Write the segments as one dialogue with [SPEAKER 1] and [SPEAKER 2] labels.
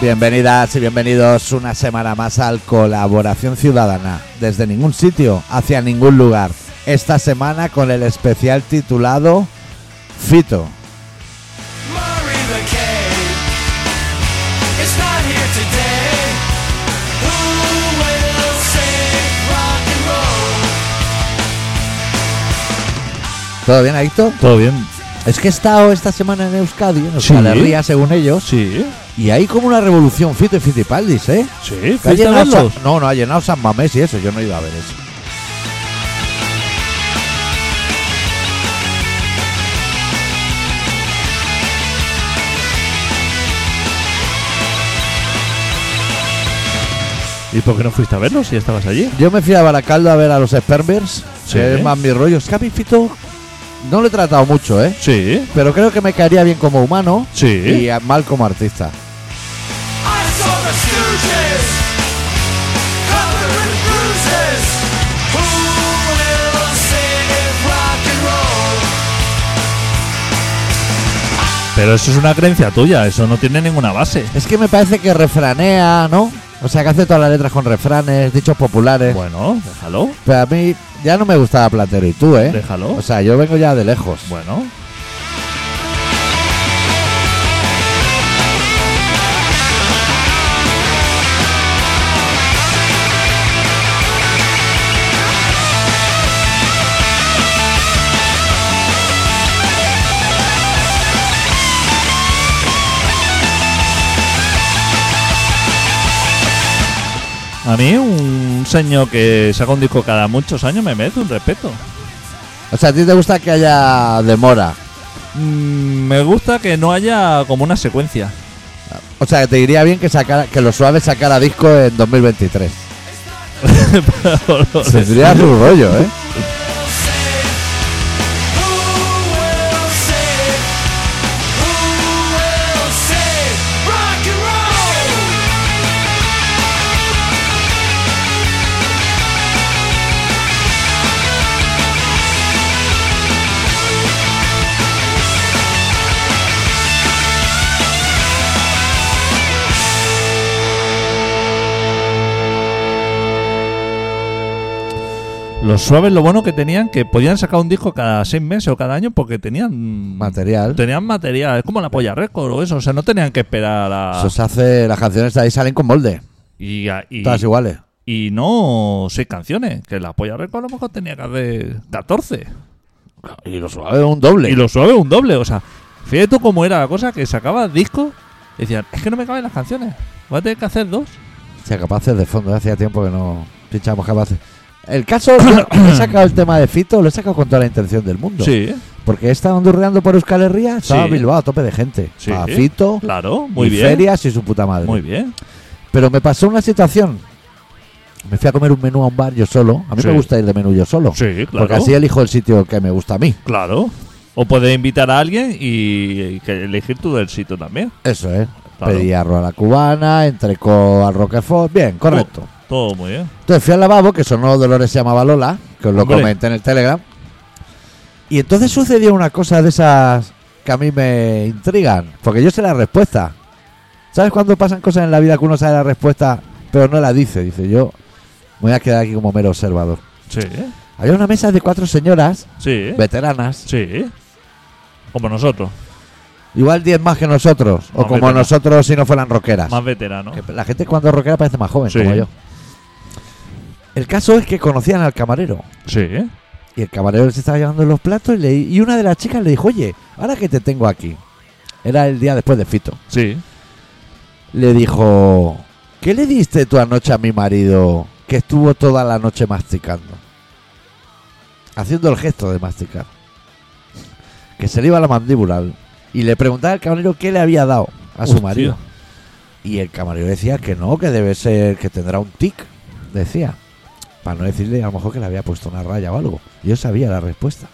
[SPEAKER 1] Bienvenidas y bienvenidos una semana más al Colaboración Ciudadana, desde ningún sitio, hacia ningún lugar. Esta semana con el especial titulado Fito.
[SPEAKER 2] Murray the Cave is not here today. Who will save rock and roll?
[SPEAKER 1] ¿Todo bien, Adicto?
[SPEAKER 3] Todo bien.
[SPEAKER 1] Es que he estado esta semana en Euskadi, en
[SPEAKER 3] Sí.
[SPEAKER 1] Euskal según ellos,
[SPEAKER 3] Sí.
[SPEAKER 1] y hay como una revolución Fito y Fitipaldis, ¿eh?
[SPEAKER 3] Sí.
[SPEAKER 1] Que ha
[SPEAKER 3] ¿Fuiste a
[SPEAKER 1] llenado
[SPEAKER 3] verlos?
[SPEAKER 1] Sa- no, no, ha llenado San Mamés y eso, yo no he ido a ver eso.
[SPEAKER 3] ¿Y por qué no fuiste a verlos si estabas allí?
[SPEAKER 1] Yo me fui a Baracaldo a ver a los Spermers,
[SPEAKER 3] Sí.
[SPEAKER 1] que es más mi rollo. Es que a mí Fito no lo he tratado mucho, ¿eh?
[SPEAKER 3] Sí.
[SPEAKER 1] Pero creo que me caería bien como humano y
[SPEAKER 3] Sí.
[SPEAKER 1] a- mal como artista.
[SPEAKER 2] I saw the Stooges covered with bruises. Who will save rock and roll?
[SPEAKER 3] Pero eso es una creencia tuya, eso no tiene ninguna base.
[SPEAKER 1] Es que me parece que refranea, ¿no? O sea, que hace todas las letras con refranes, dichos populares.
[SPEAKER 3] Bueno, déjalo.
[SPEAKER 1] Pero a mí ya no me gustaba Platero y tú, ¿eh?
[SPEAKER 3] Déjalo.
[SPEAKER 1] O sea, yo vengo ya de lejos.
[SPEAKER 3] Bueno. A mí un señor que saca un disco cada muchos años me merece un respeto.
[SPEAKER 1] O sea, ¿a ti te gusta que haya demora?
[SPEAKER 3] Mm, me gusta que no haya como una secuencia.
[SPEAKER 1] O sea, que te diría bien que sacara, que Los Suaves sacara disco en 2023. Tendría su rollo, ¿eh?
[SPEAKER 2] Who will save? Who will save rock and roll?
[SPEAKER 3] Los suaves lo bueno que tenían que podían sacar un disco cada seis meses o cada año porque tenían
[SPEAKER 1] Material.
[SPEAKER 3] Tenían material, es como la polla récord o eso, o sea, no tenían que esperar a...
[SPEAKER 1] Eso se hace, las canciones ahí salen con molde.
[SPEAKER 3] Y, a- y,
[SPEAKER 1] Todas iguales.
[SPEAKER 3] y no seis canciones, que la polla récord a lo mejor tenía que hacer 14.
[SPEAKER 1] Y Los Suaves un doble.
[SPEAKER 3] Y los suaves un doble, o sea, fíjate tú cómo era la cosa, que sacaba disco y decían, es que no me caben las canciones, voy a tener que hacer dos.
[SPEAKER 1] O sea, capaces de fondo, ¿eh? hacía tiempo que no pinchamos capaces. El caso, yo he sacado el tema de Fito, lo he sacado con toda la intención del mundo.
[SPEAKER 3] Sí,
[SPEAKER 1] Porque he estado andurreando por Euskal Herria, estaba
[SPEAKER 3] Sí.
[SPEAKER 1] Bilbao a tope de gente.
[SPEAKER 3] Sí.
[SPEAKER 1] Pa' Fito,
[SPEAKER 3] claro, muy
[SPEAKER 1] y
[SPEAKER 3] bien.
[SPEAKER 1] ferias y su puta madre.
[SPEAKER 3] Muy bien.
[SPEAKER 1] Pero me pasó una situación. Me fui a comer un menú a un bar yo solo. A mí
[SPEAKER 3] Sí.
[SPEAKER 1] me gusta ir de menú yo solo.
[SPEAKER 3] Sí, claro.
[SPEAKER 1] Porque así elijo el sitio que me gusta a mí.
[SPEAKER 3] Claro. O puedes invitar a alguien y, y que elegir tú del sitio también.
[SPEAKER 1] Eso es.
[SPEAKER 3] ¿eh? Claro.
[SPEAKER 1] Pedí arroz a la cubana, entrecó al roquefort. Bien, correcto.
[SPEAKER 3] Todo muy bien.
[SPEAKER 1] Entonces fui al lavabo, que sonó Dolores se llamaba Lola, que os lo
[SPEAKER 3] Hombre.
[SPEAKER 1] comenté en el Telegram. Y entonces sucedió una cosa de esas que a mí me intrigan, porque yo sé la respuesta. ¿Sabes cuando pasan cosas en la vida que uno sabe la respuesta, pero no la dice? Dice, yo me voy a quedar aquí como mero observador.
[SPEAKER 3] Sí.
[SPEAKER 1] Había una mesa de cuatro señoras
[SPEAKER 3] Sí.
[SPEAKER 1] veteranas,
[SPEAKER 3] Sí. Como nosotros.
[SPEAKER 1] igual diez más que nosotros, o
[SPEAKER 3] Más
[SPEAKER 1] como
[SPEAKER 3] veteranas.
[SPEAKER 1] nosotros si no fueran rockeras.
[SPEAKER 3] Más veteranos.
[SPEAKER 1] Que la gente cuando es rockera parece más joven,
[SPEAKER 3] Sí.
[SPEAKER 1] como yo. El caso es que conocían al camarero.
[SPEAKER 3] Sí.
[SPEAKER 1] Y el camarero se estaba llevando los platos y, le- y una de las chicas le dijo, oye, ahora que te tengo aquí. Era el día después de Fito.
[SPEAKER 3] Sí.
[SPEAKER 1] Le dijo, ¿qué le diste tú anoche a mi marido que estuvo toda la noche masticando? Haciendo el gesto de masticar. Que se le iba la mandíbula. Y le preguntaba al camarero qué le había dado a su
[SPEAKER 3] Hostia.
[SPEAKER 1] marido. Y el camarero decía que no, que debe ser que tendrá un tic, decía. Para no decirle a lo mejor que le había puesto una raya o algo. Yo sabía la respuesta.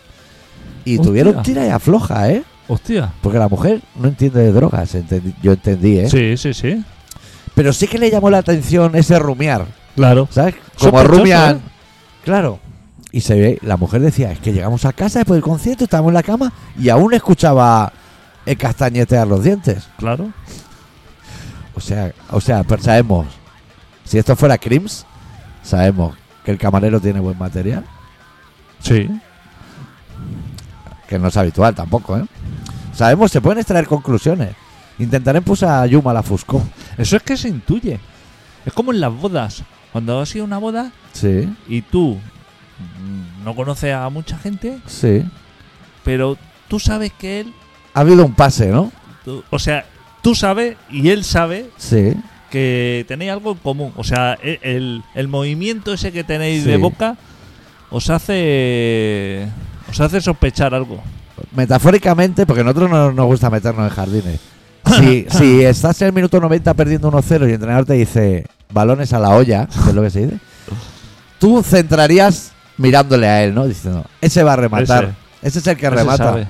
[SPEAKER 1] Y
[SPEAKER 3] Hostia.
[SPEAKER 1] tuvieron tira y afloja, ¿eh?
[SPEAKER 3] Hostia.
[SPEAKER 1] Porque la mujer no entiende de drogas, entendí- yo entendí, ¿eh?
[SPEAKER 3] Sí, sí, sí.
[SPEAKER 1] Pero sí que le llamó la atención ese rumiar,
[SPEAKER 3] Claro.
[SPEAKER 1] ¿sabes? Como
[SPEAKER 3] Sospechoso,
[SPEAKER 1] rumian.
[SPEAKER 3] ¿eh?
[SPEAKER 1] Claro. Y se ve, la mujer decía, es que llegamos a casa después del concierto, estábamos en la cama y aún escuchaba el castañetear los dientes.
[SPEAKER 3] Claro.
[SPEAKER 1] O sea, o sea, pero sabemos. Si esto fuera Crims, sabemos que el camarero tiene buen material,
[SPEAKER 3] Sí.
[SPEAKER 1] que no es habitual tampoco, ¿eh? Sabemos, se pueden extraer conclusiones. Intentaré impulsar a Yuma la Fusco.
[SPEAKER 3] Eso es que se intuye. Es como en las bodas. Cuando has ido a una boda
[SPEAKER 1] Sí,
[SPEAKER 3] y tú mm, no conoces a mucha gente,
[SPEAKER 1] sí.
[SPEAKER 3] pero tú sabes que él.
[SPEAKER 1] Ha habido un pase, ¿no?
[SPEAKER 3] tú- o sea, tú sabes y él sabe
[SPEAKER 1] Sí,
[SPEAKER 3] que tenéis algo en común. O sea, e- el, el movimiento ese que tenéis
[SPEAKER 1] Sí.
[SPEAKER 3] de boca os hace. Os hace sospechar algo.
[SPEAKER 1] metafóricamente, porque a nosotros no nos gusta meternos en jardines. Si, si estás en el minuto 90 perdiendo 1-0 y el entrenador te dice balones a la olla, que es lo que se dice, tú centrarías mirándole a él, ¿no? Diciendo, ese va a rematar. Ese, es el que
[SPEAKER 3] Ese sabe.
[SPEAKER 1] remata.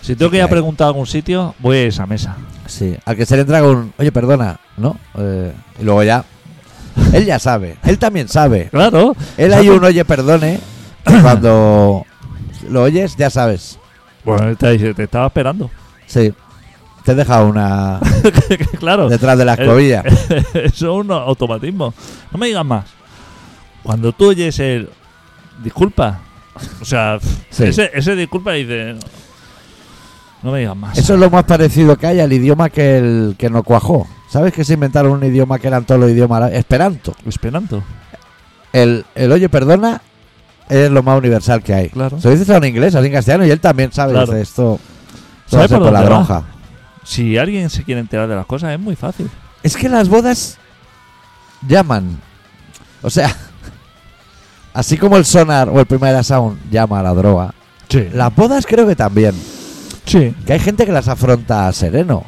[SPEAKER 3] Si tengo que ir
[SPEAKER 1] que
[SPEAKER 3] a
[SPEAKER 1] hay.
[SPEAKER 3] preguntar a algún sitio, voy a esa mesa.
[SPEAKER 1] Sí, al que se le entra con, oye, perdona, ¿no? Eh, y luego ya. Él ya sabe, él también sabe.
[SPEAKER 3] Claro.
[SPEAKER 1] Él hay un oye, perdone, que cuando lo oyes ya sabes.
[SPEAKER 3] Bueno, te, te estaba esperando.
[SPEAKER 1] Sí, te he dejado una
[SPEAKER 3] claro.
[SPEAKER 1] detrás de la escobilla.
[SPEAKER 3] Eso es un automatismo. No me digas más. Cuando tú oyes el disculpa, o sea,
[SPEAKER 1] Sí.
[SPEAKER 3] ese, ese disculpa dice no me digas más.
[SPEAKER 1] Eso es lo más parecido que hay al idioma que el que no cuajó. ¿Sabes que se inventaron un idioma que eran todos los idiomas? árabes? Esperanto.
[SPEAKER 3] Esperanto,
[SPEAKER 1] El, el oye, perdona, es lo más universal que hay.
[SPEAKER 3] claro.
[SPEAKER 1] Se lo dices a un inglés, a un castellano, y él también sabe
[SPEAKER 3] Claro.
[SPEAKER 1] dice, esto. esto va a
[SPEAKER 3] ¿Sabes
[SPEAKER 1] ser
[SPEAKER 3] por dónde va?
[SPEAKER 1] paladronja.
[SPEAKER 3] Si alguien se quiere enterar de las cosas es muy fácil.
[SPEAKER 1] Es que las bodas llaman. O sea, así como el sonar o el primera sound llama a la droga,
[SPEAKER 3] Sí.
[SPEAKER 1] las bodas creo que también.
[SPEAKER 3] sí.
[SPEAKER 1] Que hay gente que las afronta sereno.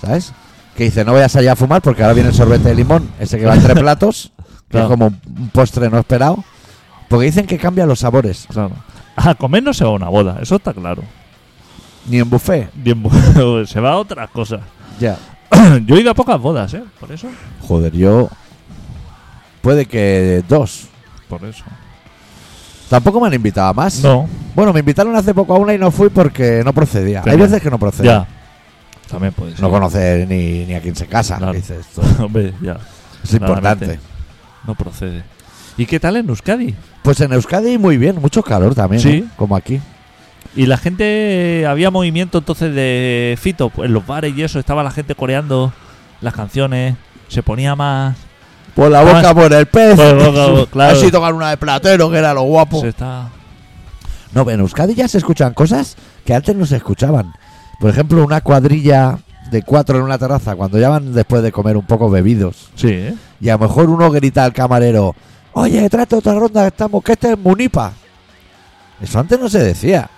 [SPEAKER 1] ¿Sabes? Que dice, no voy a salir a fumar porque ahora viene el sorbete de limón, ese que va entre platos, que es
[SPEAKER 3] Claro.
[SPEAKER 1] como un un postre no esperado. Porque dicen que cambia los sabores.
[SPEAKER 3] Claro. A comer no se va a una boda, eso está claro.
[SPEAKER 1] Ni en buffet.
[SPEAKER 3] Bien, bueno, se va a otras cosas.
[SPEAKER 1] Ya.
[SPEAKER 3] Yo he ido a pocas bodas, ¿eh? Por eso.
[SPEAKER 1] Joder, yo. Puede que dos.
[SPEAKER 3] Por eso.
[SPEAKER 1] Tampoco me han invitado a más.
[SPEAKER 3] No,
[SPEAKER 1] Bueno, me invitaron hace poco a una y no fui porque no procedía.
[SPEAKER 3] Claro.
[SPEAKER 1] Hay veces que no procede.
[SPEAKER 3] ya. También puede ser.
[SPEAKER 1] No conocer ni, ni a quién se casa.
[SPEAKER 3] Claro.
[SPEAKER 1] Dice esto.
[SPEAKER 3] Hombre, ya.
[SPEAKER 1] Es importante.
[SPEAKER 3] Claramente. No procede. ¿Y qué tal en Euskadi?
[SPEAKER 1] Pues en Euskadi muy bien, mucho calor también.
[SPEAKER 3] Sí.
[SPEAKER 1] ¿eh? Como aquí.
[SPEAKER 3] Y la gente, había movimiento entonces de fito en los bares y eso, estaba la gente coreando las canciones, se ponía más.
[SPEAKER 1] Por la boca,
[SPEAKER 3] Ah,
[SPEAKER 1] por el pez.
[SPEAKER 3] por la boca, claro.
[SPEAKER 1] Así tocar una de platero, que era lo guapo.
[SPEAKER 3] Se está.
[SPEAKER 1] No, en Euskadi ya se escuchan cosas que antes no se escuchaban. Por ejemplo, una cuadrilla de cuatro en una terraza, cuando ya van después de comer un poco bebidos.
[SPEAKER 3] Sí, ¿eh?
[SPEAKER 1] Y a lo mejor uno grita al camarero, oye, trate otra ronda, que estamos, que este es Munipa. Eso antes no se decía.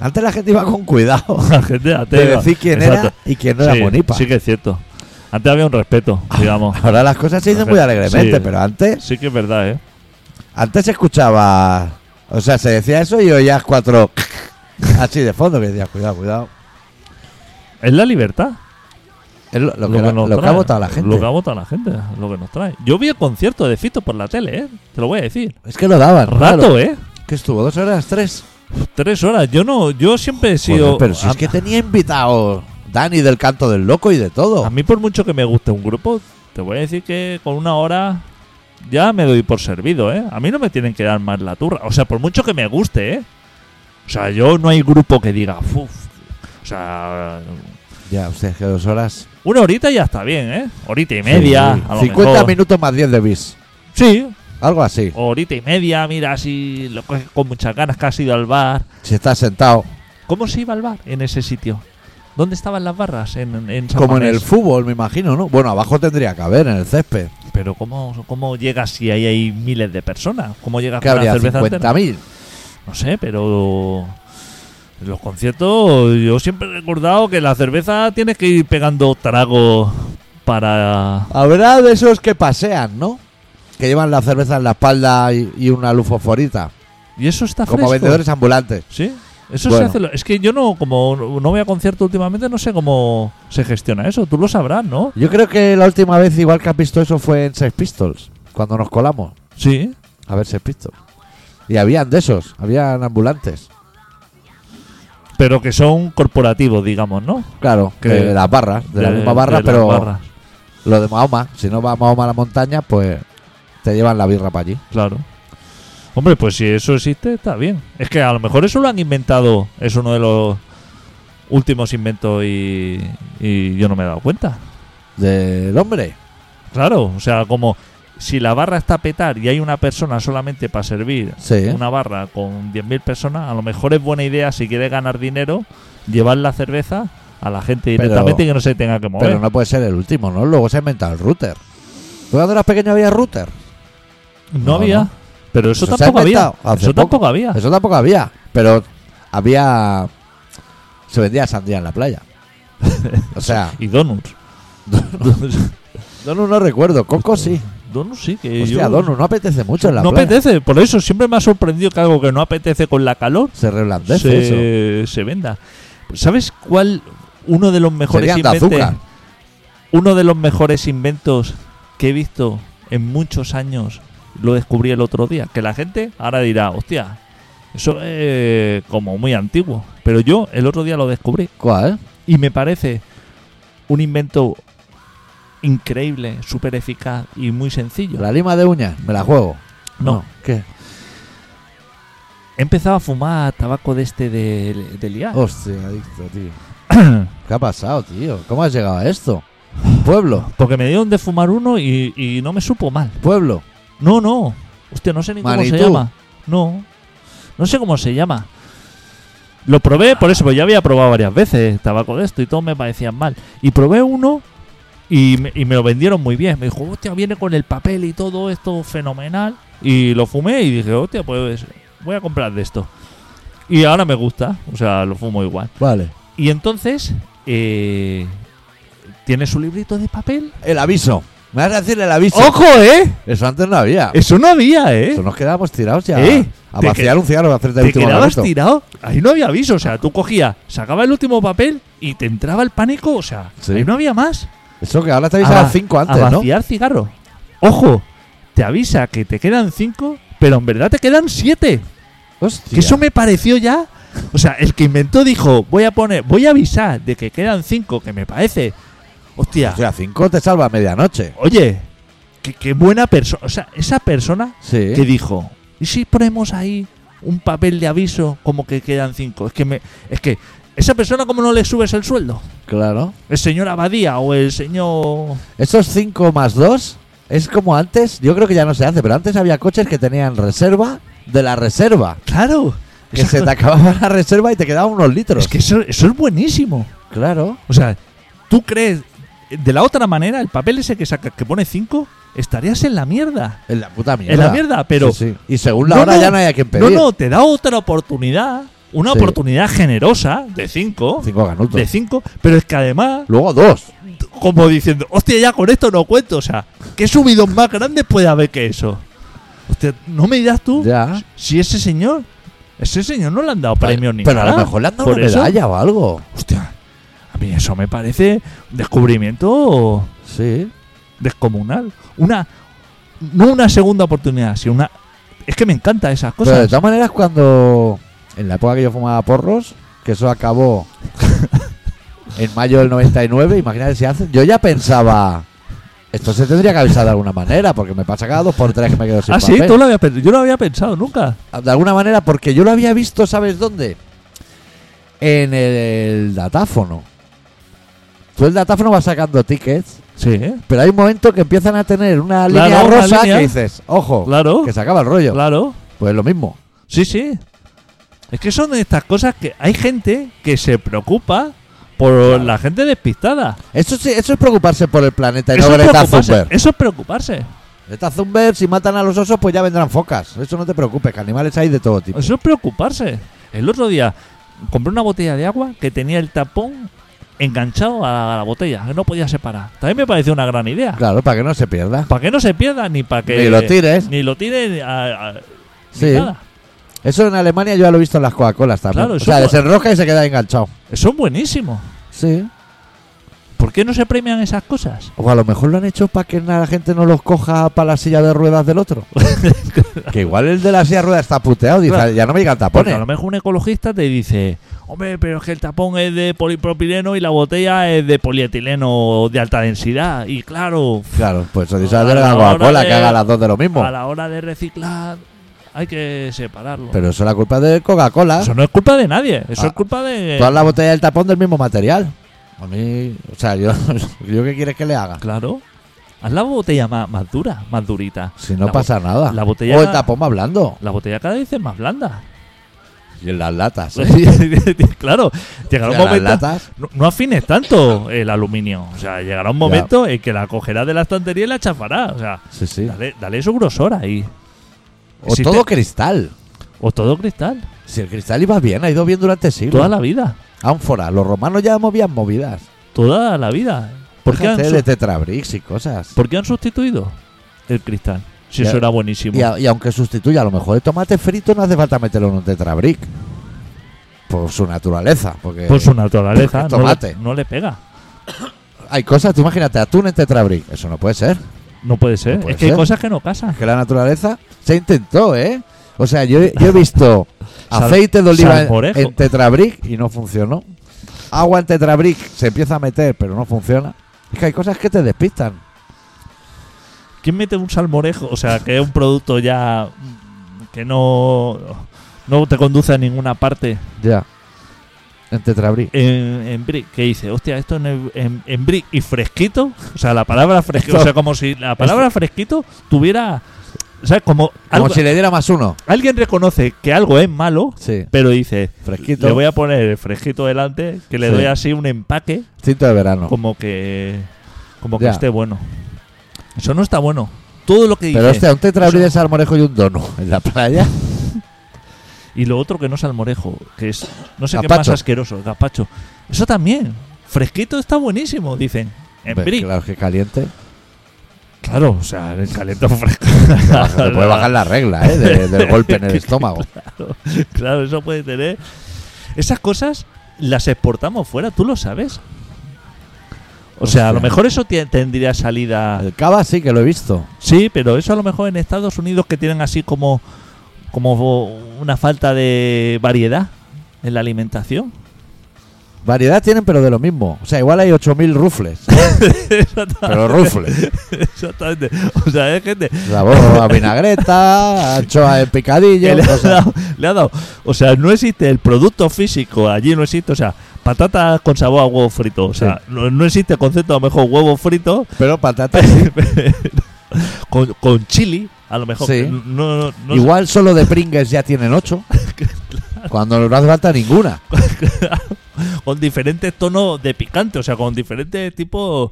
[SPEAKER 1] Antes la gente iba con cuidado
[SPEAKER 3] La gente
[SPEAKER 1] de
[SPEAKER 3] atenta.
[SPEAKER 1] decir quién
[SPEAKER 3] Exacto.
[SPEAKER 1] era y quién no era
[SPEAKER 3] sí,
[SPEAKER 1] Munipa.
[SPEAKER 3] Sí que es cierto. Antes había un respeto, digamos.
[SPEAKER 1] Ahora las cosas se dicen muy alegremente,
[SPEAKER 3] Sí.
[SPEAKER 1] pero antes
[SPEAKER 3] sí que es verdad, ¿eh?
[SPEAKER 1] Antes se escuchaba. O sea, se decía eso y oías cuatro. así de fondo, que decías, cuidado, cuidado.
[SPEAKER 3] Es la libertad.
[SPEAKER 1] Es lo, lo que, la-
[SPEAKER 3] nos
[SPEAKER 1] lo que ha
[SPEAKER 3] trae,
[SPEAKER 1] votado la gente.
[SPEAKER 3] Lo que ha votado la gente, lo que nos trae. Yo vi el concierto de Fito por la tele, ¿eh? Te lo voy a decir.
[SPEAKER 1] Es que lo daban.
[SPEAKER 3] Rato, ¿eh?
[SPEAKER 1] Que estuvo dos horas, tres.
[SPEAKER 3] Tres horas. Yo no, yo siempre he sido.
[SPEAKER 1] Joder, Pues pero si
[SPEAKER 3] a-
[SPEAKER 1] es que tenía invitado Dani del canto del loco y de todo.
[SPEAKER 3] A mí, por mucho que me guste un grupo, te voy a decir que con una hora ya me doy por servido, ¿eh? A mí no me tienen que dar más la turra. O sea, por mucho que me guste, ¿eh? O sea, yo no hay grupo que diga, "Fuf". O sea,
[SPEAKER 1] Ya, usted es que dos horas.
[SPEAKER 3] una horita ya está bien, ¿eh? Horita y media.
[SPEAKER 1] Sí.
[SPEAKER 3] a lo
[SPEAKER 1] 50
[SPEAKER 3] mejor.
[SPEAKER 1] minutos más 10 de bis.
[SPEAKER 3] Sí,
[SPEAKER 1] Algo así.
[SPEAKER 3] horita y media, mira, si lo coges con muchas ganas que has ido al bar.
[SPEAKER 1] Si estás sentado.
[SPEAKER 3] ¿Cómo se iba al bar en ese sitio? ¿Dónde estaban las barras? En, en San
[SPEAKER 1] Como en
[SPEAKER 3] Mamés.
[SPEAKER 1] el fútbol, me imagino, ¿no? Bueno, abajo tendría que haber, en el césped.
[SPEAKER 3] Pero ¿cómo, cómo llegas si ahí hay miles de personas? ¿Cómo llegas
[SPEAKER 1] Que
[SPEAKER 3] con la
[SPEAKER 1] habría
[SPEAKER 3] cerveza entera?
[SPEAKER 1] 50.000.
[SPEAKER 3] No sé, pero en los conciertos yo siempre he recordado que la cerveza tienes que ir pegando tragos para...
[SPEAKER 1] Habrá de esos que pasean, ¿no? Que llevan la cerveza en la espalda y, y una lufoforita.
[SPEAKER 3] Y eso está fresco.
[SPEAKER 1] Como vendedores ambulantes.
[SPEAKER 3] Sí. Eso
[SPEAKER 1] Bueno.
[SPEAKER 3] se hace... lo- Es que yo no, como no voy a conciertos últimamente, no sé cómo se gestiona eso. Tú lo sabrás, ¿no?
[SPEAKER 1] Yo creo que la última vez, igual que has visto eso, fue en Sex Pistols. Cuando nos colamos
[SPEAKER 3] Sí.
[SPEAKER 1] a ver Sex Pistols. Y habían de esos, habían ambulantes.
[SPEAKER 3] pero que son corporativos, digamos, ¿no?
[SPEAKER 1] Claro,
[SPEAKER 3] Que-
[SPEAKER 1] de las barras, de, la misma barra,
[SPEAKER 3] de las
[SPEAKER 1] pero
[SPEAKER 3] barras,
[SPEAKER 1] lo de Mahoma. Si no va Mahoma a la montaña, pues te llevan la birra para allí.
[SPEAKER 3] claro. Hombre, pues si eso existe, está bien. Es que a lo mejor eso lo han inventado, es uno de los últimos inventos y, y yo no me he dado cuenta.
[SPEAKER 1] Del hombre,
[SPEAKER 3] Claro, o sea, como si la barra está a petar y hay una persona solamente para servir
[SPEAKER 1] sí.
[SPEAKER 3] una barra con 10.000 personas, a lo mejor es buena idea si quieres ganar dinero llevar la cerveza a la gente
[SPEAKER 1] Pero-
[SPEAKER 3] directamente y que no se tenga que mover.
[SPEAKER 1] Pero no puede ser el último, ¿no? Luego se ha inventado el router. ¿Tú cuando eras pequeño había router?
[SPEAKER 3] no,
[SPEAKER 1] no,
[SPEAKER 3] había.
[SPEAKER 1] no.
[SPEAKER 3] Pero eso,
[SPEAKER 1] Eso se ha
[SPEAKER 3] tampoco había.
[SPEAKER 1] inventado hace
[SPEAKER 3] Eso
[SPEAKER 1] poco.
[SPEAKER 3] tampoco había.
[SPEAKER 1] Eso tampoco había, pero había. Se vendía sandía en la playa. o sea,
[SPEAKER 3] Y donuts.
[SPEAKER 1] Donu no recuerdo, Coco sí.
[SPEAKER 3] donuts sí que
[SPEAKER 1] Hostia,
[SPEAKER 3] yo-
[SPEAKER 1] Donu no apetece mucho en la
[SPEAKER 3] no
[SPEAKER 1] playa.
[SPEAKER 3] apetece, por eso siempre me ha sorprendido que algo que no apetece con la calor
[SPEAKER 1] Se reblandece eso.
[SPEAKER 3] se, se venda. ¿Sabes cuál uno de los mejores
[SPEAKER 1] Serían de
[SPEAKER 3] inventos?
[SPEAKER 1] azúcar.
[SPEAKER 3] Uno de los mejores inventos que he visto en muchos años lo descubrí el otro día. Que la gente ahora dirá, hostia, eso es como muy antiguo. Pero yo el otro día lo descubrí
[SPEAKER 1] ¿Cuál?
[SPEAKER 3] y me parece un invento increíble, súper eficaz y muy sencillo.
[SPEAKER 1] ¿eh? La lima de uñas, me la juego.
[SPEAKER 3] no,
[SPEAKER 1] ¿Qué?
[SPEAKER 3] he empezado a fumar tabaco de este de, de liar.
[SPEAKER 1] Hostia, adicto, tío. ¿Qué ha pasado, tío? ¿Cómo has llegado a esto? Pueblo,
[SPEAKER 3] Porque me dieron de fumar uno y, y no me supo mal.
[SPEAKER 1] pueblo.
[SPEAKER 3] No, no. Hostia, no sé ni cómo
[SPEAKER 1] Manitou.
[SPEAKER 3] se llama. No. No sé cómo se llama. Lo probé, por eso, porque ya había probado varias veces tabaco de esto y todos me parecían mal. Y probé uno y me, y me lo vendieron muy bien. Me dijo, hostia, viene con el papel y todo esto fenomenal. Y lo fumé y dije, hostia, pues voy a comprar de esto. Y ahora me gusta, o sea, lo fumo igual.
[SPEAKER 1] Vale.
[SPEAKER 3] Y entonces, eh, tiene su librito de papel.
[SPEAKER 1] El aviso. Me vas a decir el aviso.
[SPEAKER 3] ¡Ojo, eh!
[SPEAKER 1] Eso antes no había.
[SPEAKER 3] Eso no había, eh.
[SPEAKER 1] Ah. Eso nos quedábamos tirados ya.
[SPEAKER 3] Eh,
[SPEAKER 1] A
[SPEAKER 3] te
[SPEAKER 1] vaciar un cigarro, a hacerte el
[SPEAKER 3] Te
[SPEAKER 1] último
[SPEAKER 3] quedabas
[SPEAKER 1] momento.
[SPEAKER 3] tirado. Ahí no había aviso. O sea, tú cogías, sacabas el último papel y te entraba el pánico. O sea,
[SPEAKER 1] Sí.
[SPEAKER 3] ahí no había más.
[SPEAKER 1] Eso que ahora te
[SPEAKER 3] A
[SPEAKER 1] avisa a
[SPEAKER 3] va-
[SPEAKER 1] las 5
[SPEAKER 3] a
[SPEAKER 1] antes, ¿no?
[SPEAKER 3] vaciar cigarro. Ojo, te avisa que te quedan cinco, pero en verdad te quedan siete.
[SPEAKER 1] Hostia.
[SPEAKER 3] Que eso me pareció ya. O sea, el que inventó dijo, voy a poner, voy a avisar de que quedan cinco, que me parece. Hostia,
[SPEAKER 1] O sea, 5 te salva a medianoche.
[SPEAKER 3] oye, qué, qué buena persona. O sea, esa persona
[SPEAKER 1] Sí.
[SPEAKER 3] que dijo, ¿y si ponemos ahí un papel de aviso como que quedan cinco? Es que me, es que esa persona como no le subes el sueldo,
[SPEAKER 1] Claro.
[SPEAKER 3] el señor Abadía o el señor
[SPEAKER 1] Esos 5 más 2 es como antes. Yo creo que ya no se hace, pero antes había coches que tenían reserva de la reserva.
[SPEAKER 3] Claro,
[SPEAKER 1] Que
[SPEAKER 3] Eso-
[SPEAKER 1] se te acababa la reserva y te quedaban unos litros.
[SPEAKER 3] es que eso, eso es buenísimo.
[SPEAKER 1] Claro.
[SPEAKER 3] O sea, tú crees, de la otra manera, el papel ese que sacas que pone cinco, estarías en la mierda.
[SPEAKER 1] En la puta mierda.
[SPEAKER 3] En la mierda, pero
[SPEAKER 1] Sí, sí. Y según la
[SPEAKER 3] No,
[SPEAKER 1] hora
[SPEAKER 3] no.
[SPEAKER 1] ya no hay a quien
[SPEAKER 3] no,
[SPEAKER 1] pedir.
[SPEAKER 3] no, te da otra oportunidad, una
[SPEAKER 1] Sí.
[SPEAKER 3] oportunidad generosa de cinco,
[SPEAKER 1] Cinco ganutos.
[SPEAKER 3] de cinco, pero es que además
[SPEAKER 1] Luego dos.
[SPEAKER 3] como diciendo, hostia, ya con esto no cuento. O sea, ¿qué subidón más grande puede haber que eso? Hostia, no me dirás tú
[SPEAKER 1] Ya.
[SPEAKER 3] si ese señor, ese señor no le han dado premio ni
[SPEAKER 1] Pero a lo
[SPEAKER 3] nada.
[SPEAKER 1] mejor le han dado
[SPEAKER 3] Por
[SPEAKER 1] una
[SPEAKER 3] eso,
[SPEAKER 1] medalla o algo.
[SPEAKER 3] Hostia, a mí eso me parece un descubrimiento
[SPEAKER 1] Sí.
[SPEAKER 3] descomunal. Una, no una segunda oportunidad, sino una. Es que me encanta esas
[SPEAKER 1] Pero de
[SPEAKER 3] cosas.
[SPEAKER 1] todas maneras, cuando. En la época que yo fumaba porros, que eso acabó en mayo del 99, imagínate si hacen. Yo ya pensaba. Esto se tendría que avisar de alguna manera, porque me pasa cada dos por tres que me quedo sin
[SPEAKER 3] ah, sí,
[SPEAKER 1] papel.
[SPEAKER 3] tú lo habías pensado. Yo no lo había pensado nunca.
[SPEAKER 1] De alguna manera, porque yo lo había visto, ¿sabes dónde? En el datáfono. Tú el datáfono vas sacando tickets,
[SPEAKER 3] Sí, ¿eh?
[SPEAKER 1] pero hay un momento que empiezan a tener una
[SPEAKER 3] Claro,
[SPEAKER 1] línea
[SPEAKER 3] una
[SPEAKER 1] rosa
[SPEAKER 3] línea.
[SPEAKER 1] que dices, ojo,
[SPEAKER 3] claro,
[SPEAKER 1] que se acaba el rollo.
[SPEAKER 3] claro.
[SPEAKER 1] Pues lo mismo.
[SPEAKER 3] Sí, sí. Es que son estas cosas que hay gente que se preocupa por la gente despistada.
[SPEAKER 1] Eso sí, eso es preocuparse por el planeta y no
[SPEAKER 3] Eso es,
[SPEAKER 1] Greta
[SPEAKER 3] preocuparse,
[SPEAKER 1] Thunberg.
[SPEAKER 3] eso es preocuparse.
[SPEAKER 1] Greta Thunberg, si matan a los osos, pues ya vendrán focas. Eso no te preocupes, que animales hay de todo tipo.
[SPEAKER 3] Eso es preocuparse. El otro día compré una botella de agua que tenía el tapón enganchado a la, a la botella, que no podía separar. También me pareció una gran idea.
[SPEAKER 1] Claro, para que no se pierda.
[SPEAKER 3] Para que no se pierda ni para que
[SPEAKER 1] Ni lo tires.
[SPEAKER 3] Ni lo tire a- a- ni
[SPEAKER 1] Sí.
[SPEAKER 3] nada.
[SPEAKER 1] Eso en Alemania yo ya lo he visto en las Coca-Colas también.
[SPEAKER 3] Claro,
[SPEAKER 1] o
[SPEAKER 3] eso
[SPEAKER 1] sea,
[SPEAKER 3] fue-
[SPEAKER 1] desenroja y se queda enganchado.
[SPEAKER 3] Eso es buenísimo.
[SPEAKER 1] Sí.
[SPEAKER 3] ¿Por qué no se premian esas cosas?
[SPEAKER 1] O a lo mejor lo han hecho para que la gente no los coja para la silla de ruedas del otro. que igual el de la silla de ruedas está puteado. Dice,
[SPEAKER 3] Claro. Pues
[SPEAKER 1] ya no me digan
[SPEAKER 3] Porque
[SPEAKER 1] tapones.
[SPEAKER 3] a lo mejor un ecologista te dice, hombre, pero es que el tapón es de polipropileno y la botella es de polietileno de alta densidad. Y claro,
[SPEAKER 1] Claro, pues eso dice
[SPEAKER 3] A
[SPEAKER 1] la de
[SPEAKER 3] la
[SPEAKER 1] la Coca-Cola,
[SPEAKER 3] hora
[SPEAKER 1] que haga
[SPEAKER 3] de-
[SPEAKER 1] las dos de lo mismo.
[SPEAKER 3] a la hora de reciclar hay que separarlo.
[SPEAKER 1] Pero eso es la culpa de Coca-Cola.
[SPEAKER 3] eso no es culpa de nadie, eso
[SPEAKER 1] Ah,
[SPEAKER 3] es culpa de...
[SPEAKER 1] Todas las botellas del tapón del mismo material. A mí, o sea, yo, yo qué quieres que le haga.
[SPEAKER 3] Claro. Haz la botella más, más dura, más durita.
[SPEAKER 1] Si no
[SPEAKER 3] La
[SPEAKER 1] pasa nada.
[SPEAKER 3] la botella-
[SPEAKER 1] o el tapón más blando.
[SPEAKER 3] La botella cada vez es más blanda.
[SPEAKER 1] Y en las latas. ¿eh?
[SPEAKER 3] claro,
[SPEAKER 1] O
[SPEAKER 3] llegará un
[SPEAKER 1] sea, las
[SPEAKER 3] momento...
[SPEAKER 1] latas.
[SPEAKER 3] No, no afines tanto el aluminio. O sea, llegará un momento en que la cogerá de la estantería y la chafará. O sea,
[SPEAKER 1] Sí, sí.
[SPEAKER 3] dale, dale su grosor ahí.
[SPEAKER 1] O
[SPEAKER 3] Si
[SPEAKER 1] todo
[SPEAKER 3] te-
[SPEAKER 1] cristal.
[SPEAKER 3] O todo cristal.
[SPEAKER 1] Si el cristal iba bien, ha ido bien durante siglos.
[SPEAKER 3] Toda la vida.
[SPEAKER 1] Ánfora, los romanos ya movían movidas.
[SPEAKER 3] Toda la vida. ¿Por qué, han,
[SPEAKER 1] Fíjate
[SPEAKER 3] su-
[SPEAKER 1] de tetrabricks y cosas.
[SPEAKER 3] por qué han sustituido el cristal? Si
[SPEAKER 1] Ya.
[SPEAKER 3] eso era buenísimo.
[SPEAKER 1] Y, a- y aunque sustituya a lo mejor el tomate frito, no hace falta meterlo en un tetrabrick. Por su naturaleza. Porque
[SPEAKER 3] Por su
[SPEAKER 1] porque
[SPEAKER 3] naturaleza. No
[SPEAKER 1] Pues tomate.
[SPEAKER 3] le, no le pega.
[SPEAKER 1] hay cosas, tú imagínate, atún en tetrabrick. Eso no puede ser.
[SPEAKER 3] No puede ser.
[SPEAKER 1] No puede
[SPEAKER 3] es que
[SPEAKER 1] ser.
[SPEAKER 3] hay cosas que no casan.
[SPEAKER 1] Que la naturaleza se intentó, ¿eh? O sea, yo, yo he visto
[SPEAKER 3] Sal-
[SPEAKER 1] aceite de oliva en,
[SPEAKER 3] salmorejo.
[SPEAKER 1] en tetrabrick y no funcionó. Agua en tetrabrick se empieza a meter, pero no funciona. Es que hay cosas que te despistan.
[SPEAKER 3] ¿Quién mete un salmorejo? O sea, que es un producto ya mm, que no, no te conduce a ninguna parte.
[SPEAKER 1] Ya. En tetrabrick.
[SPEAKER 3] en, en brick que dice, hostia, esto en, el- en, en brick y fresquito, o sea, la palabra fresquito, o sea, como si la palabra fresquito tuviera, o sea, como,
[SPEAKER 1] Como
[SPEAKER 3] algo-
[SPEAKER 1] si le diera más uno.
[SPEAKER 3] alguien reconoce que algo es malo,
[SPEAKER 1] Sí.
[SPEAKER 3] pero dice,
[SPEAKER 1] Fresquito.
[SPEAKER 3] le voy a poner el fresquito delante, que le
[SPEAKER 1] Sí.
[SPEAKER 3] doy así un empaque,
[SPEAKER 1] Cinto de verano.
[SPEAKER 3] como que, como que
[SPEAKER 1] Ya.
[SPEAKER 3] esté bueno. Eso no está bueno. Todo lo que dice.
[SPEAKER 1] Pero este- hostia, un tetrabrick
[SPEAKER 3] eso-
[SPEAKER 1] de salmorejo y un dono en la playa.
[SPEAKER 3] Y lo otro que no es almorejo, que es no sé qué más
[SPEAKER 1] Gazpacho.
[SPEAKER 3] asqueroso, gazpacho. Eso también. Fresquito está buenísimo, dicen. En
[SPEAKER 1] Pues,
[SPEAKER 3] brick.
[SPEAKER 1] Claro que caliente.
[SPEAKER 3] Claro, o sea, el calentón fresco.
[SPEAKER 1] Te puede bajar la regla, ¿eh? De- del golpe en el estómago.
[SPEAKER 3] Claro, eso puede tener. Esas cosas las exportamos fuera, tú lo sabes. O sea, a lo
[SPEAKER 1] Hostia.
[SPEAKER 3] mejor eso tie- tendría salida.
[SPEAKER 1] El cava sí que lo he visto.
[SPEAKER 3] Sí, pero eso a lo mejor en Estados Unidos que tienen así como, como una falta de variedad en la alimentación.
[SPEAKER 1] Variedad tienen, pero de lo mismo. O sea, igual hay 8.000 rufles. pero rufles.
[SPEAKER 3] Exactamente. O sea, es gente
[SPEAKER 1] Sabor a vinagreta, anchoa en
[SPEAKER 3] que
[SPEAKER 1] picadillo.
[SPEAKER 3] le ha,
[SPEAKER 1] cosas.
[SPEAKER 3] dado, le ha dado. O sea, no existe el producto físico, allí no existe, o sea, patatas con sabor a huevo frito. O sea, no, no existe el concepto, a lo mejor huevo frito
[SPEAKER 1] Pero patata.
[SPEAKER 3] con, con chili, a lo mejor.
[SPEAKER 1] Sí.
[SPEAKER 3] No, no, no
[SPEAKER 1] Igual solo de Pringles ya tienen 8. Cuando no hace falta ninguna.
[SPEAKER 3] sé, con diferentes tonos de picante, o sea, con diferentes tipos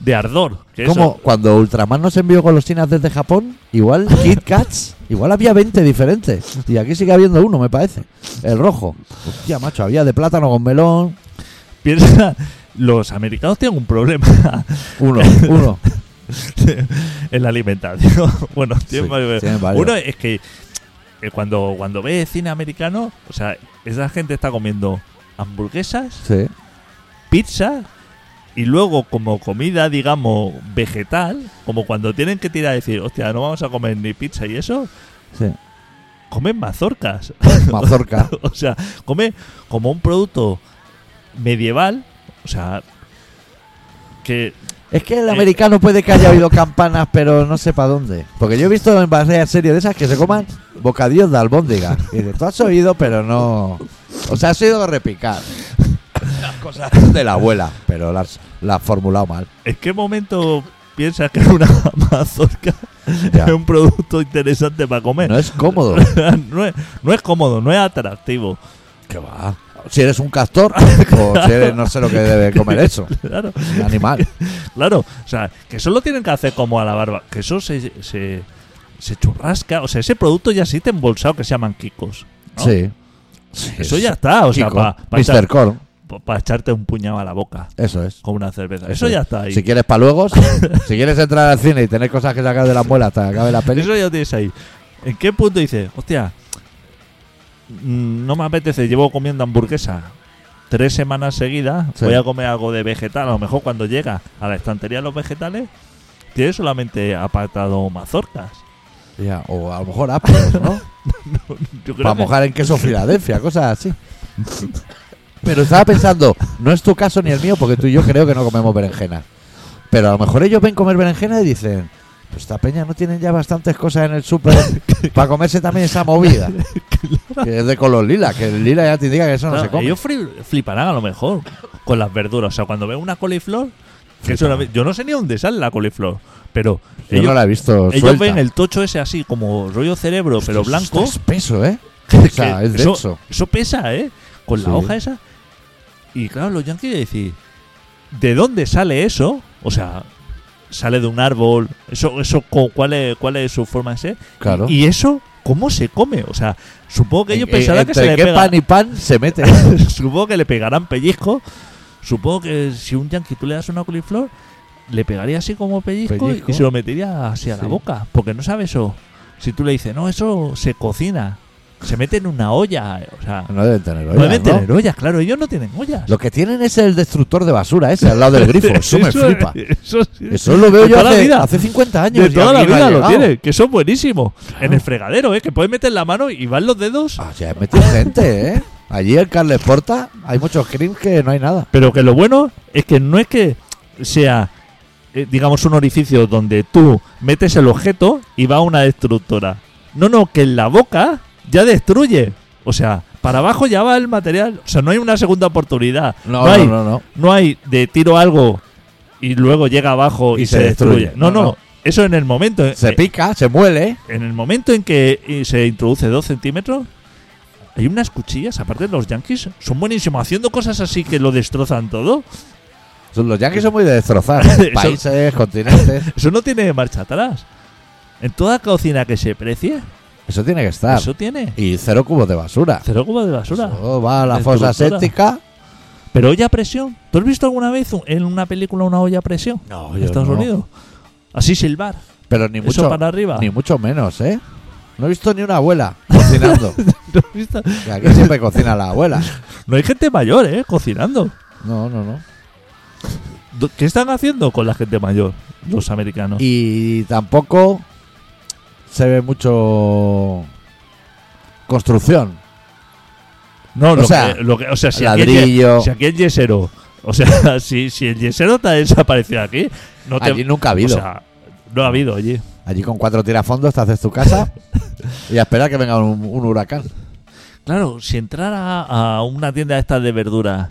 [SPEAKER 3] de ardor. que
[SPEAKER 1] Como
[SPEAKER 3] eso-
[SPEAKER 1] cuando Ultraman nos envió golosinas desde Japón, igual Kit Kats, igual había 20 diferentes. Y aquí sigue habiendo uno, me parece. El rojo. Hostia, macho, había de plátano con melón.
[SPEAKER 3] piensa, los americanos tienen un problema
[SPEAKER 1] Uno, uno.
[SPEAKER 3] en la alimentación. bueno, tienen
[SPEAKER 1] Sí,
[SPEAKER 3] varios-
[SPEAKER 1] tienen varios.
[SPEAKER 3] Uno es que eh, cuando, cuando ves cine americano, o sea, esa gente está comiendo hamburguesas,
[SPEAKER 1] Sí.
[SPEAKER 3] pizza y luego como comida, digamos, vegetal, como cuando tienen que tirar a decir, hostia, no vamos a comer ni pizza y eso,
[SPEAKER 1] Sí.
[SPEAKER 3] comen mazorcas.
[SPEAKER 1] Mazorca.
[SPEAKER 3] o sea, come como un producto medieval, o sea, que
[SPEAKER 1] Es que el
[SPEAKER 3] Eh.
[SPEAKER 1] americano puede que haya oído campanas, pero no sé para dónde. Porque yo he visto en varias series de esas que se coman bocadillos de albóndiga. Y dices, tú has oído, pero no. O sea, has oído repicar. Las cosas de la abuela, pero las las has formulado mal.
[SPEAKER 3] ¿En qué momento piensas que una mazorca
[SPEAKER 1] Ya.
[SPEAKER 3] es un producto interesante para comer?
[SPEAKER 1] No es cómodo.
[SPEAKER 3] No es, no es cómodo, no es atractivo.
[SPEAKER 1] ¿Qué va? Si eres un castor, o si eres, no sé lo que debe comer eso.
[SPEAKER 3] Claro,
[SPEAKER 1] Un animal.
[SPEAKER 3] claro. O sea, que eso lo tienen que hacer como a la barba. Que eso se, se, se churrasca. O sea, ese producto ya existe embolsado que se llaman Kikos. ¿no?
[SPEAKER 1] Sí. Sí,
[SPEAKER 3] Eso ya está. O sea,
[SPEAKER 1] Kiko,
[SPEAKER 3] para
[SPEAKER 1] Mr. Corn,
[SPEAKER 3] echarte un puñado a la boca
[SPEAKER 1] eso es.
[SPEAKER 3] con una cerveza.
[SPEAKER 1] Eso
[SPEAKER 3] Eso,
[SPEAKER 1] es.
[SPEAKER 3] ya está ahí.
[SPEAKER 1] Si quieres para luego, si quieres entrar al cine y tener cosas que sacar de la muela hasta que acabe la peli,
[SPEAKER 3] Eso ya lo tienes ahí. ¿En qué punto dices, hostia, mm, no me apetece, llevo comiendo hamburguesa? tres semanas seguidas
[SPEAKER 1] Sí.
[SPEAKER 3] voy a comer algo de vegetal. A lo mejor cuando llega a la estantería de los vegetales, tiene solamente apartado mazorcas.
[SPEAKER 1] Ya, o a lo mejor ápidos, ¿no?
[SPEAKER 3] Yo creo
[SPEAKER 1] Para
[SPEAKER 3] que-
[SPEAKER 1] mojar en queso Filadelfia, cosas así. Pero estaba pensando, no es tu caso ni el mío, porque tú y yo creo que no comemos berenjena. Pero a lo mejor ellos ven comer berenjena y dicen, pues esta peña no tienen ya bastantes cosas en el súper para comerse también esa movida. Que es de color lila, que el lila ya te indica que eso no
[SPEAKER 3] Claro,
[SPEAKER 1] se come.
[SPEAKER 3] Ellos fri- fliparán a lo mejor con las verduras. O sea, cuando ven una coliflor, que eso la- yo no sé ni dónde sale la coliflor, pero
[SPEAKER 1] Yo
[SPEAKER 3] ellos,
[SPEAKER 1] no la he visto
[SPEAKER 3] ellos
[SPEAKER 1] suelta.
[SPEAKER 3] ven el tocho ese así, como rollo cerebro, pero
[SPEAKER 1] Hostia, eso
[SPEAKER 3] blanco.
[SPEAKER 1] Está espeso, ¿eh?
[SPEAKER 3] que
[SPEAKER 1] O sea, es
[SPEAKER 3] eso,
[SPEAKER 1] denso.
[SPEAKER 3] eso pesa, ¿eh? Con
[SPEAKER 1] Sí.
[SPEAKER 3] la hoja esa. Y claro, los yankees decir, ¿de dónde sale eso? O sea, sale de un árbol. Eso, eso co- ¿cuál, es, ¿Cuál es su forma de ser?
[SPEAKER 1] Claro.
[SPEAKER 3] Y eso, ¿cómo se come? O sea, supongo que ellos
[SPEAKER 1] En-
[SPEAKER 3] pensarán que
[SPEAKER 1] entre
[SPEAKER 3] se le
[SPEAKER 1] qué
[SPEAKER 3] pega.
[SPEAKER 1] pan y pan se mete.
[SPEAKER 3] supongo que le pegarán pellizco. Supongo que si un yankee tú le das una coliflor, le pegaría así como pellizco,
[SPEAKER 1] Pellizco.
[SPEAKER 3] y se lo metería así a la
[SPEAKER 1] Sí.
[SPEAKER 3] boca. Porque no sabe eso. Si tú le dices, no, eso se cocina. Se mete en una olla. eh, O sea,
[SPEAKER 1] No deben tener
[SPEAKER 3] no
[SPEAKER 1] ollas,
[SPEAKER 3] deben
[SPEAKER 1] ¿no?
[SPEAKER 3] tener ollas, claro. Ellos no tienen ollas.
[SPEAKER 1] Lo que tienen es el destructor de basura ese al lado del grifo. Eso me flipa.
[SPEAKER 3] Eso, sí.
[SPEAKER 1] Eso lo veo
[SPEAKER 3] De
[SPEAKER 1] yo
[SPEAKER 3] toda la
[SPEAKER 1] hace,
[SPEAKER 3] vida.
[SPEAKER 1] hace 50 años.
[SPEAKER 3] De
[SPEAKER 1] y
[SPEAKER 3] toda
[SPEAKER 1] a
[SPEAKER 3] la
[SPEAKER 1] mí no ha
[SPEAKER 3] vida lo
[SPEAKER 1] llegado.
[SPEAKER 3] tienen, que son buenísimos. En el fregadero, ¿eh? que puedes meter la mano y van los dedos.
[SPEAKER 1] Ah, ya he metido gente, ¿eh? Allí en Carles Porta hay muchos crims que no hay nada.
[SPEAKER 3] Pero que lo bueno es que no es que sea, eh, digamos, un orificio donde tú metes el objeto y va una destructora. No, no, que en la boca ya destruye. O sea, para abajo ya va el material. O sea, no hay una segunda oportunidad.
[SPEAKER 1] No,
[SPEAKER 3] hay,
[SPEAKER 1] no, no, no.
[SPEAKER 3] no hay de tiro algo y luego llega abajo y, se, destruye. No, no,
[SPEAKER 1] no.
[SPEAKER 3] Eso en el momento. eh,
[SPEAKER 1] Se pica, se muele.
[SPEAKER 3] en el momento en que eh, se introduce dos centímetros, hay unas cuchillas, aparte los yankees, son buenísimos haciendo cosas así que lo destrozan todo.
[SPEAKER 1] Los yanquis son muy de destrozar.
[SPEAKER 3] Eso-
[SPEAKER 1] Países, continentes.
[SPEAKER 3] Eso no tiene marcha atrás. En toda cocina que se precie,
[SPEAKER 1] Eso tiene que estar.
[SPEAKER 3] eso tiene
[SPEAKER 1] Y cero cubos de basura.
[SPEAKER 3] cero cubos de basura.
[SPEAKER 1] Eso va a la fosa
[SPEAKER 3] Destructora.
[SPEAKER 1] séptica.
[SPEAKER 3] Pero olla a presión. ¿Tú has visto alguna vez un- en una película una olla a presión?
[SPEAKER 1] No,
[SPEAKER 3] En
[SPEAKER 1] yo
[SPEAKER 3] Estados
[SPEAKER 1] no.
[SPEAKER 3] Unidos. Así silbar.
[SPEAKER 1] Pero ni
[SPEAKER 3] Eso
[SPEAKER 1] mucho,
[SPEAKER 3] para arriba.
[SPEAKER 1] ni mucho menos, ¿eh? No he visto ni una abuela cocinando.
[SPEAKER 3] ¿Lo has visto?
[SPEAKER 1] que aquí siempre cocina la abuela.
[SPEAKER 3] No hay gente mayor, ¿eh? Cocinando.
[SPEAKER 1] No, no, no.
[SPEAKER 3] Do- ¿Qué están haciendo con la gente mayor? Los americanos.
[SPEAKER 1] Y tampoco se ve mucho construcción.
[SPEAKER 3] No,
[SPEAKER 1] O
[SPEAKER 3] lo,
[SPEAKER 1] sea,
[SPEAKER 3] que, lo que- o sea, si
[SPEAKER 1] ladrillo.
[SPEAKER 3] Aquí el, ye- si aquí el yesero, o sea, si, si el yesero te ha desaparecido aquí, no te,
[SPEAKER 1] allí nunca ha habido.
[SPEAKER 3] o sea, no ha habido allí.
[SPEAKER 1] allí con cuatro tirafondos te haces tu casa y a esperar que venga un, un huracán.
[SPEAKER 3] Claro, si entrara a una tienda de estas de verduras,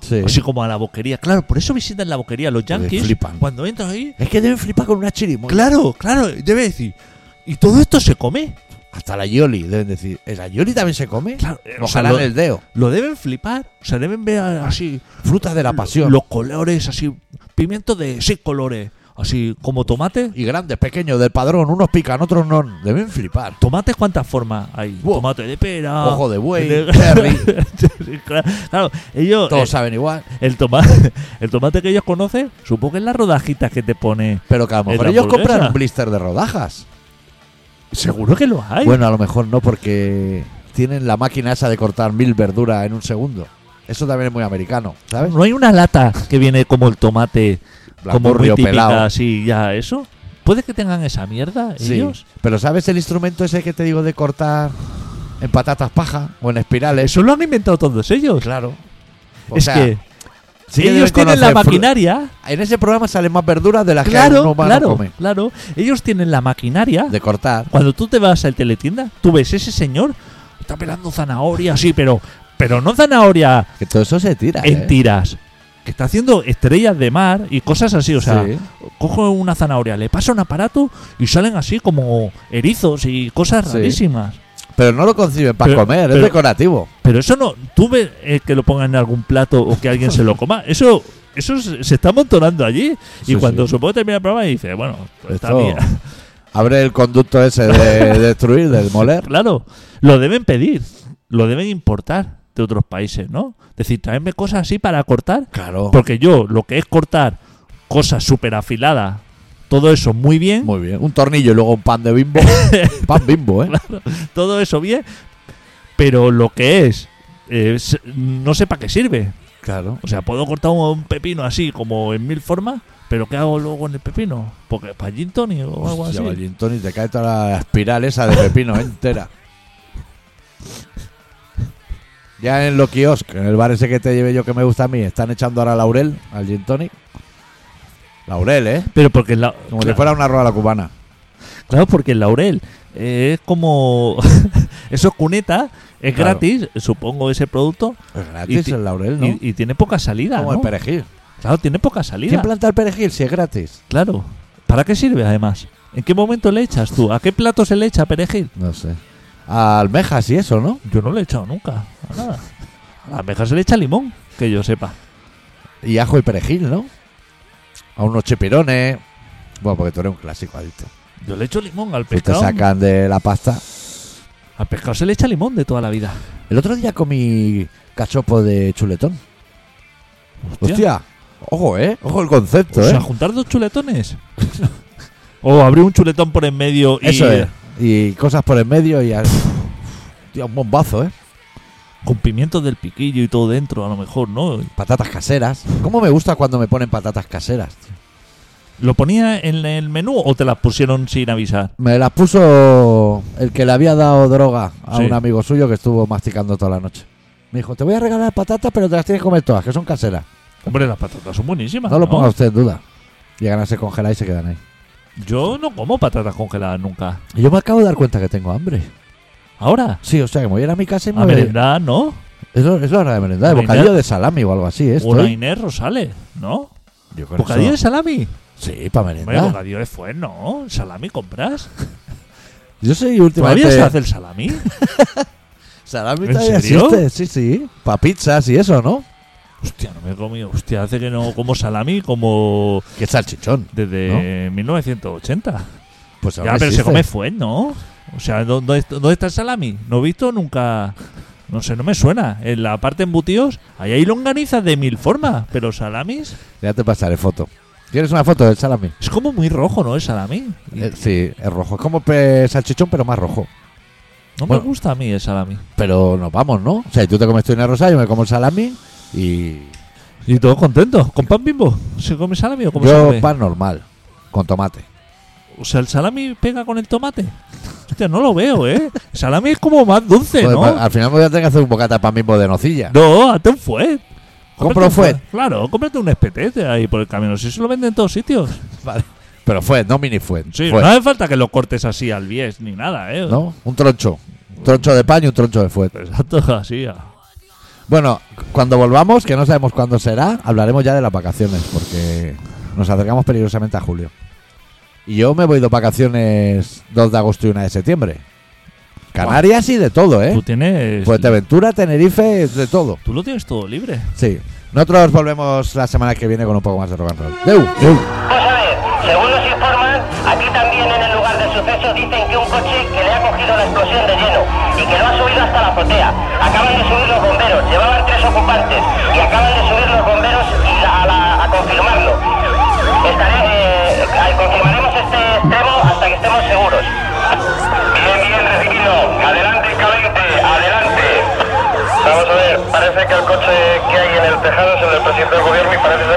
[SPEAKER 1] Sí.
[SPEAKER 3] así como a la boquería, claro, por eso visitan la boquería los
[SPEAKER 1] Joder,
[SPEAKER 3] yankees.
[SPEAKER 1] flipan. Eh,
[SPEAKER 3] Cuando entran ahí,
[SPEAKER 1] Es que deben flipar con una chirimoya.
[SPEAKER 3] claro, claro, debe decir, y todo esto se come.
[SPEAKER 1] Hasta la yoli, deben decir. ¿La yoli también se come?
[SPEAKER 3] Claro, eh, o sea,
[SPEAKER 1] Ojalá
[SPEAKER 3] lo,
[SPEAKER 1] el dedo.
[SPEAKER 3] lo deben flipar, o sea, deben ver así
[SPEAKER 1] Frutas de la pasión.
[SPEAKER 3] los colores, así pimientos de seis colores, así como tomate.
[SPEAKER 1] y grandes, pequeños, del padrón. Unos pican, otros no. Deben flipar.
[SPEAKER 3] ¿Tomates cuántas formas hay?
[SPEAKER 1] Wow.
[SPEAKER 3] Tomate de pera.
[SPEAKER 1] Ojo de buey,
[SPEAKER 3] de-
[SPEAKER 1] cherry.
[SPEAKER 3] claro, claro, ellos.
[SPEAKER 1] Todos
[SPEAKER 3] eh,
[SPEAKER 1] saben igual.
[SPEAKER 3] el, tomate, el tomate que ellos conocen, supongo que es las rodajitas que te pone.
[SPEAKER 1] Pero que a lo
[SPEAKER 3] ¿En
[SPEAKER 1] mejor
[SPEAKER 3] la
[SPEAKER 1] ellos
[SPEAKER 3] hamburguesa?
[SPEAKER 1] compran un blister de rodajas.
[SPEAKER 3] Seguro que lo hay.
[SPEAKER 1] Bueno, a lo mejor no, porque tienen la máquina esa de cortar mil verduras en un segundo. Eso también es muy americano, ¿sabes?
[SPEAKER 3] no hay una lata que viene como el tomate, como muy
[SPEAKER 1] Blandurrio
[SPEAKER 3] típica, así, ya, eso. ¿Puede que tengan esa mierda
[SPEAKER 1] Sí.
[SPEAKER 3] ellos?
[SPEAKER 1] Pero ¿sabes el instrumento ese que te digo de cortar en patatas paja o en espirales?
[SPEAKER 3] Eso lo han inventado todos ellos.
[SPEAKER 1] Claro. O
[SPEAKER 3] es
[SPEAKER 1] sea,
[SPEAKER 3] que
[SPEAKER 1] sí que deben
[SPEAKER 3] ellos tienen la
[SPEAKER 1] conocer fru-
[SPEAKER 3] maquinaria.
[SPEAKER 1] En ese programa salen más verduras de las que un
[SPEAKER 3] Claro,
[SPEAKER 1] humano
[SPEAKER 3] claro,
[SPEAKER 1] come.
[SPEAKER 3] claro. Ellos tienen la maquinaria.
[SPEAKER 1] De cortar.
[SPEAKER 3] Cuando tú te vas al teletienda, tú ves ese señor, está pelando zanahoria, sí, pero, pero no zanahoria
[SPEAKER 1] Que todo eso se tira. ¿eh?
[SPEAKER 3] en tiras. Que está haciendo estrellas de mar y cosas así. O sea,
[SPEAKER 1] Sí.
[SPEAKER 3] cojo una zanahoria, le paso un aparato y salen así como erizos y cosas
[SPEAKER 1] Sí.
[SPEAKER 3] rarísimas.
[SPEAKER 1] Pero no lo conciben para
[SPEAKER 3] Pero-
[SPEAKER 1] comer, es
[SPEAKER 3] pero-
[SPEAKER 1] decorativo.
[SPEAKER 3] Pero eso no, tú ves eh, que lo pongan en algún plato o que alguien se lo coma. Eso eso se se está amontonando allí.
[SPEAKER 1] Sí,
[SPEAKER 3] y cuando
[SPEAKER 1] sí.
[SPEAKER 3] supongo que termina el programa, dice, bueno, pues está
[SPEAKER 1] Esto-
[SPEAKER 3] bien.
[SPEAKER 1] Abre el conducto ese de destruir, de moler.
[SPEAKER 3] Claro, lo deben pedir, lo deben importar de otros países, ¿no? Es decir, traerme cosas así para cortar,
[SPEAKER 1] Claro.
[SPEAKER 3] porque yo lo que es cortar cosas súper afiladas, todo eso muy bien,
[SPEAKER 1] Muy bien. Un tornillo y luego un pan de bimbo. pan bimbo, ¿eh?
[SPEAKER 3] todo eso bien, pero lo que es eh, se- no sé para qué sirve.
[SPEAKER 1] Claro.
[SPEAKER 3] O sea, puedo cortar un pepino así, como en mil formas, pero ¿qué hago luego en el pepino? Porque para gin tonic o algo
[SPEAKER 1] Hostia,
[SPEAKER 3] así.
[SPEAKER 1] Valentón, y te cae toda la espiral esa de pepino entera. Ya en los kioscos, en el bar ese que te llevé yo que me gusta a mí, están echando ahora laurel al gin tonic. Laurel, ¿eh?
[SPEAKER 3] Pero porque la,
[SPEAKER 1] Como
[SPEAKER 3] cla-
[SPEAKER 1] si fuera una rola cubana.
[SPEAKER 3] claro, porque el laurel eh, es como eso es cuneta, es
[SPEAKER 1] Claro.
[SPEAKER 3] gratis, supongo ese producto
[SPEAKER 1] Es gratis
[SPEAKER 3] Y ti-
[SPEAKER 1] el laurel, ¿no?
[SPEAKER 3] y, y tiene poca salida,
[SPEAKER 1] Como
[SPEAKER 3] ¿no?
[SPEAKER 1] el perejil.
[SPEAKER 3] Claro, tiene poca
[SPEAKER 1] ¿Quién
[SPEAKER 3] salida.
[SPEAKER 1] planta el perejil si es gratis?
[SPEAKER 3] Claro. ¿Para qué sirve además? ¿En qué momento le echas tú? ¿A qué plato se le echa perejil?
[SPEAKER 1] No sé. A almejas y eso, ¿no?
[SPEAKER 3] Yo no le he echado nunca, a nada. A la almeja se le echa limón, que yo sepa.
[SPEAKER 1] Y ajo y perejil, ¿no? A unos chipirones. Bueno, porque tú eres un clásico, adicto.
[SPEAKER 3] Yo le echo limón al
[SPEAKER 1] Si te
[SPEAKER 3] pescado.
[SPEAKER 1] sacan de la pasta.
[SPEAKER 3] Al pescado se le echa limón de toda la vida.
[SPEAKER 1] El otro día comí cachopo de chuletón.
[SPEAKER 3] Hostia. Pues
[SPEAKER 1] Hostia. Ojo, ¿eh? Ojo el concepto,
[SPEAKER 3] O sea,
[SPEAKER 1] ¿eh?
[SPEAKER 3] juntar dos chuletones. o abrir un chuletón por en medio y
[SPEAKER 1] Eso es. Y cosas por en medio y... Hostia, un bombazo, ¿eh?
[SPEAKER 3] con pimientos del piquillo y todo dentro, a lo mejor, ¿no?
[SPEAKER 1] Patatas caseras. ¿Cómo me gusta cuando me ponen patatas caseras? tío?
[SPEAKER 3] ¿Lo ponía en el menú o te las pusieron sin avisar?
[SPEAKER 1] Me las puso el que le había dado droga a
[SPEAKER 3] Sí.
[SPEAKER 1] un amigo suyo que estuvo masticando toda la noche. Me dijo, te voy a regalar patatas, pero te las tienes que comer todas, que son caseras.
[SPEAKER 3] Hombre, las patatas son buenísimas.
[SPEAKER 1] No lo ponga usted en duda. Llegan a ser congeladas y se quedan ahí.
[SPEAKER 3] Yo no como patatas congeladas nunca.
[SPEAKER 1] Y yo me acabo de dar cuenta que tengo hambre.
[SPEAKER 3] Ahora,
[SPEAKER 1] Sí, o sea, que me voy a ir a mi casa y me
[SPEAKER 3] a
[SPEAKER 1] voy a-
[SPEAKER 3] merendar, ¿no?
[SPEAKER 1] Es, lo- es la hora de merendar, de
[SPEAKER 3] Una
[SPEAKER 1] bocadillo
[SPEAKER 3] Inés-
[SPEAKER 1] de salami o algo así, ¿eh?
[SPEAKER 3] Una
[SPEAKER 1] Estoy.
[SPEAKER 3] Inés Rosales, ¿no?
[SPEAKER 1] Yo con
[SPEAKER 3] ¿Bocadillo de
[SPEAKER 1] eso-
[SPEAKER 3] salami?
[SPEAKER 1] Sí, para
[SPEAKER 3] Hombre,
[SPEAKER 1] merendar.
[SPEAKER 3] bocadillo de fue, ¿no? ¿Salami compras?
[SPEAKER 1] Yo soy
[SPEAKER 3] ¿Todavía se
[SPEAKER 1] últimamente...
[SPEAKER 3] hace el salami?
[SPEAKER 1] ¿Salami
[SPEAKER 3] ¿En
[SPEAKER 1] todavía
[SPEAKER 3] serio?
[SPEAKER 1] existe? Sí, sí. Para pizzas y eso, ¿no?
[SPEAKER 3] Hostia, no me he comido. Hostia, hace que no como salami como
[SPEAKER 1] Que salchichón.
[SPEAKER 3] desde 1980.
[SPEAKER 1] Pues ahora
[SPEAKER 3] Ya, pero se
[SPEAKER 1] existe.
[SPEAKER 3] come fue, ¿no? O sea, ¿dó- ¿dónde, est- dónde está el salami? No he visto nunca. No sé, no me suena. En la parte embutidos, ahí hay longanizas de mil formas, pero salamis
[SPEAKER 1] Ya te pasaré foto. ¿Quieres una foto del salami?
[SPEAKER 3] es como muy rojo, ¿no? El salami. Y
[SPEAKER 1] Eh, sí, es rojo. Es como pe- salchichón, pero más rojo.
[SPEAKER 3] no
[SPEAKER 1] bueno.
[SPEAKER 3] me gusta a mí el salami.
[SPEAKER 1] Pero nos vamos, ¿no? O sea, tú te comes tu una rosa, yo me como el salami y...
[SPEAKER 3] Y todos contentos. ¿Con pan bimbo? ¿Se come salami o cómo se
[SPEAKER 1] yo
[SPEAKER 3] come?
[SPEAKER 1] pan normal, con tomate.
[SPEAKER 3] O sea, el salami pega con el tomate. Hostia, no lo veo, ¿eh? El salami es como más dulce,
[SPEAKER 1] Joder,
[SPEAKER 3] ¿no?
[SPEAKER 1] pa- pues, Al final me voy a tener que hacer un bocata pan mismo de nocilla.
[SPEAKER 3] No, hazte un fuet.
[SPEAKER 1] Compro
[SPEAKER 3] Cómprate un
[SPEAKER 1] fuet.
[SPEAKER 3] Claro, cómprate un espetete ahí por el camino. Si eso lo venden en todos sitios.
[SPEAKER 1] Vale. Pero fue, no mini fue.
[SPEAKER 3] Sí,
[SPEAKER 1] fue.
[SPEAKER 3] no hace falta que lo cortes así al bies ni nada, ¿eh?
[SPEAKER 1] ¿no? Un troncho. Un troncho de pan y un troncho de fuet.
[SPEAKER 3] Exacto, así. a-
[SPEAKER 1] Bueno, cu- cuando volvamos, que no sabemos cuándo será, hablaremos ya de las vacaciones, porque nos acercamos peligrosamente a julio. Y yo me voy de vacaciones 2 de agosto y 1 de septiembre. Canarias y de todo, ¿eh?
[SPEAKER 3] Tú tienes.
[SPEAKER 1] Fuerteventura, Tenerife, de todo.
[SPEAKER 3] Tú lo tienes todo libre.
[SPEAKER 1] Sí. Nosotros volvemos la semana que viene con un poco más de rock and roll. ¡Deu! ¡Deu!
[SPEAKER 4] Pues a ver, según nos informan, aquí también en el lugar del suceso dicen que un coche que le ha cogido la explosión de lleno y que lo ha subido hasta la azotea. Acaban de subir los bomberos, llevaban tres ocupantes y acaban de subir los bomberos y la- a, la- a confirmarlo. Estaré, eh, eh, confirmaremos este extremo hasta que estemos seguros. Bien, bien, recibido. Adelante, K20, adelante. Vamos a ver, parece que el coche que hay en el tejado es el del presidente del gobierno y parece ¿eh?